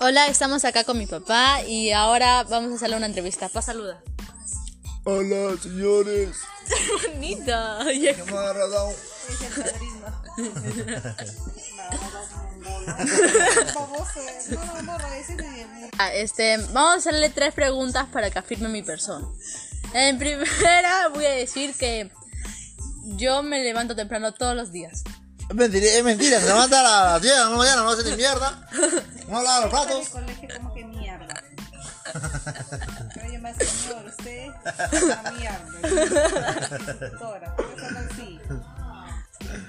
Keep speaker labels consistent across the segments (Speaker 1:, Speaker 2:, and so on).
Speaker 1: Hola, estamos acá con mi papá y ahora vamos a hacerle una entrevista. Pa, saluda.
Speaker 2: Hola, señores.
Speaker 1: Bonita.
Speaker 2: ¿Qué me ha agradado?
Speaker 1: Este, vamos a hacerle tres preguntas para que afirme mi persona. En primera voy a decir que yo me levanto temprano todos los días.
Speaker 2: Es mentira, es mentira. Se levanta a las 10 de la mañana, no se te mierda. No lava los platos.
Speaker 3: colegio como que mierda. Pero yo me decía, señor, usted es una mierda. Yo soy instructora, por eso no así.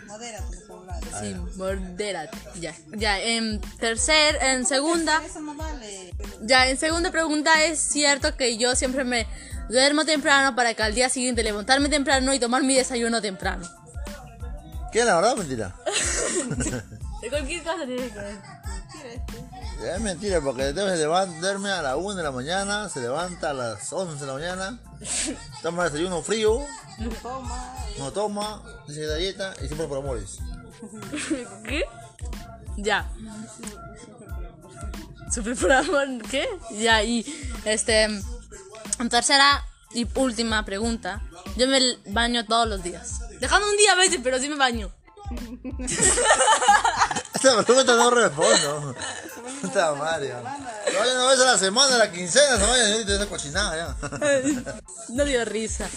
Speaker 3: Modérate, por favor.
Speaker 1: Sí, modérate. Ya, ya. En tercer, en segunda,
Speaker 3: Eso no vale.
Speaker 1: ya, en segunda pregunta es cierto que yo siempre me duermo temprano para que al día siguiente levantarme temprano y tomar mi desayuno temprano.
Speaker 2: ¿Qué la verdad o mentira?
Speaker 1: De cualquier cosa tienes que ver.
Speaker 2: Es mentira, porque debes levantarme a las 1 de la mañana, se levanta a las 11 de la mañana, toma desayuno frío,
Speaker 3: Toma.
Speaker 2: no toma, dice galleta y siempre por amores.
Speaker 1: ¿Qué? Ya. Super por amor, ¿qué? Ya, y este. Tercera y última pregunta. Yo me baño todos los días. Dejando un día a veces, pero sí me baño.
Speaker 2: Esta pregunta no respondo. Puta Mario. Se vayan una vez a la semana, a la quincena, se vayan y te esa cochinada ya.
Speaker 1: No le dio risa.